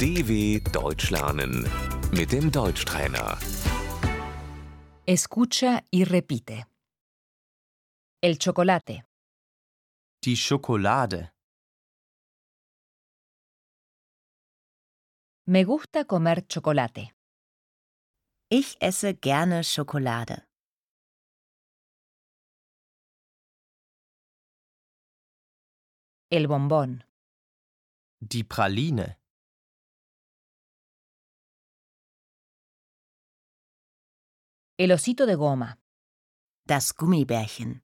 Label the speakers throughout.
Speaker 1: DW Deutsch lernen mit dem Deutschtrainer.
Speaker 2: Escucha y repite. El chocolate,
Speaker 3: Die Schokolade.
Speaker 2: me gusta comer chocolate.
Speaker 4: Ich esse gerne Schokolade.
Speaker 2: El bombón,
Speaker 3: Die Praline.
Speaker 2: el osito de goma,
Speaker 4: Das Gummibärchen.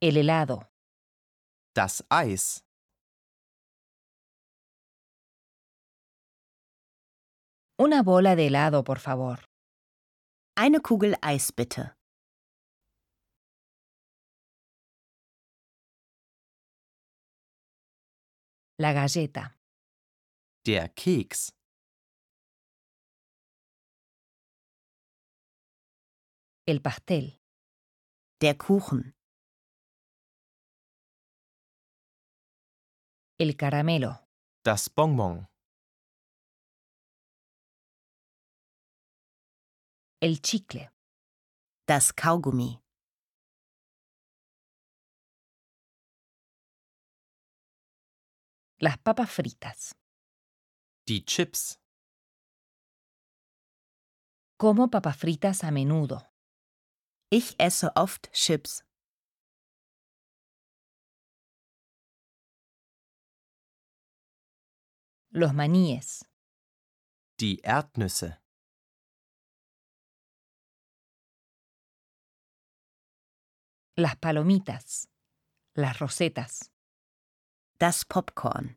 Speaker 2: el helado,
Speaker 3: Das Eis.
Speaker 2: una bola de helado, por favor.
Speaker 4: Eine Kugel Eis bitte.
Speaker 2: La galleta,
Speaker 3: Der Keks.
Speaker 2: el pastel,
Speaker 4: Der Kuchen.
Speaker 2: el caramelo,
Speaker 3: Das Bonbon.
Speaker 2: el chicle,
Speaker 4: Das Kaugummi.
Speaker 2: las papas fritas.
Speaker 3: Die Chips.
Speaker 2: Como papas fritas a menudo.
Speaker 4: Ich esse oft Chips.
Speaker 2: Los maníes,
Speaker 3: Die Erdnüsse.
Speaker 2: las palomitas, las rosetas,
Speaker 4: Das Popcorn.